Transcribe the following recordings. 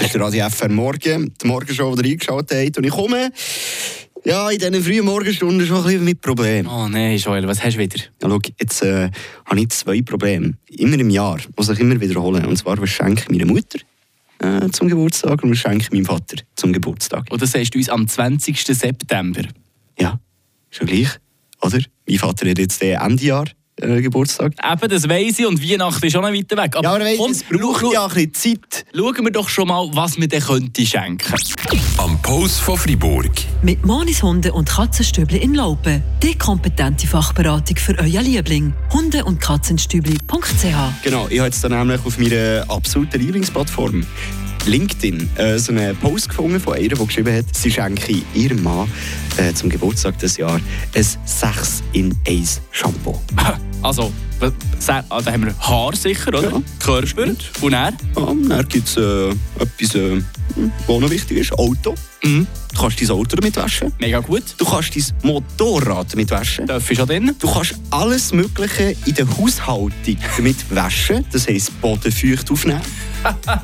ist der Radio FR Morgen, die Morgenshow, die ihr eingeschaltet habt. Und ich komme, ja, in diesen frühen Morgenstunden schon ein bisschen mit Problemen. Oh nein, Joel, was hast du wieder? Ja, schau, jetzt äh, habe ich zwei Probleme. Immer im Jahr, die sich immer wiederholen. Und zwar, was schenke ich meiner Mutter äh, zum Geburtstag und was schenke ich meinem Vater zum Geburtstag. Und das sagst du uns am 20. September. Ja, schon gleich, oder? Mein Vater hat jetzt äh, Ende Jahr äh, Geburtstag. Eben, das weiss ich und Weihnachten ist auch noch weiter weg. Aber, Ja, aber weißt, komm, es braucht schau- ja ein bisschen Zeit. schauen wir doch schon mal, was wir dir könnte schenken. Am Puls von Fribourg. Mit Monis Hunde und Katzenstübli in Laupen. Die kompetente Fachberatung für euer Liebling. Hunde- und Katzenstübli.ch Genau, ich habe jetzt dann nämlich auf meiner absoluten Lieblingsplattform LinkedIn äh, so einen Post gefunden von ihr, die geschrieben hat, sie schenke ihrem Mann äh, zum Geburtstag des Jahres ein 6 in 1 Shampoo. Also, was- sehr- ah, da haben wir Haar sicher, oder? Ja. Körper und er. Ja, und dann gibt es äh, etwas, äh, was noch wichtig ist, Auto. Mhm. Du kannst dein Auto damit waschen, Mega gut. du kannst dein Motorrad damit waschen. Darf ich schon drin? Du kannst alles Mögliche in der Haushaltung damit waschen, das heisst Bodenfeucht aufnehmen,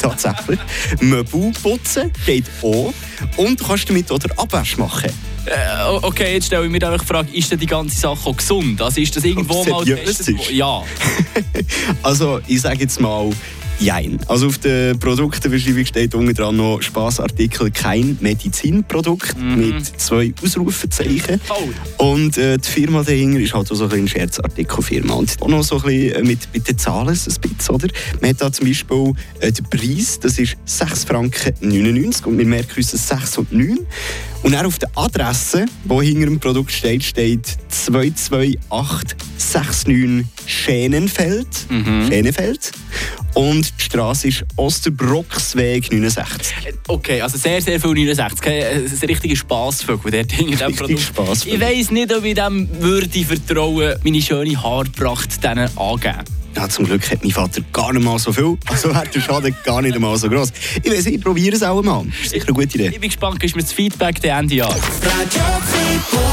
tatsächlich. Möbel putzen geht auch. Und du kannst damit auch den Abwasch machen. Äh, okay, jetzt stelle ich mir einfach die Frage, ist denn die ganze Sache auch gesund? Also ist das irgendwo Ob es mal seriös getestet ist? wo- Ja. Also, ich sage jetzt mal, jein. Also auf der Produktebeschreibung steht unten dran noch Spaßartikel, kein Medizinprodukt mit zwei Ausrufezeichen. Oh. Und äh, die Firma dahinter ist halt auch so ein bisschen eine Scherzartikelfirma. Und auch noch so ein bisschen äh, mit, mit den Zahlen, so ein bisschen, oder? Man hat da zum Beispiel äh, den Preis, das ist 6,99 Franken und wir merken uns das 6 und 9. Und dann auf der Adresse, die hinter dem Produkt steht, steht 22869 Schänenfeld. Schänenfeld. Und die Straße ist Osterbrocksweg 69. Okay, also sehr, sehr viel 69. Kein- äh, Es ist ein richtiger Spassvogel, der Ding in diesem Richtig Produkt. Spassvogel. Ich weiss nicht, ob ich dem würde vertrauen, meine schöne Haarpracht denen angeben. Ja, zum Glück hat mein Vater gar nicht mal so viel. Also wäre der Schaden gar nicht mal so groß. Ich weiß, ich probiere es auch mal. Ist sicher eine gute Idee. Ich bin gespannt, gibst du mir das Feedback dann Ende Jahr. Radio Fribourg.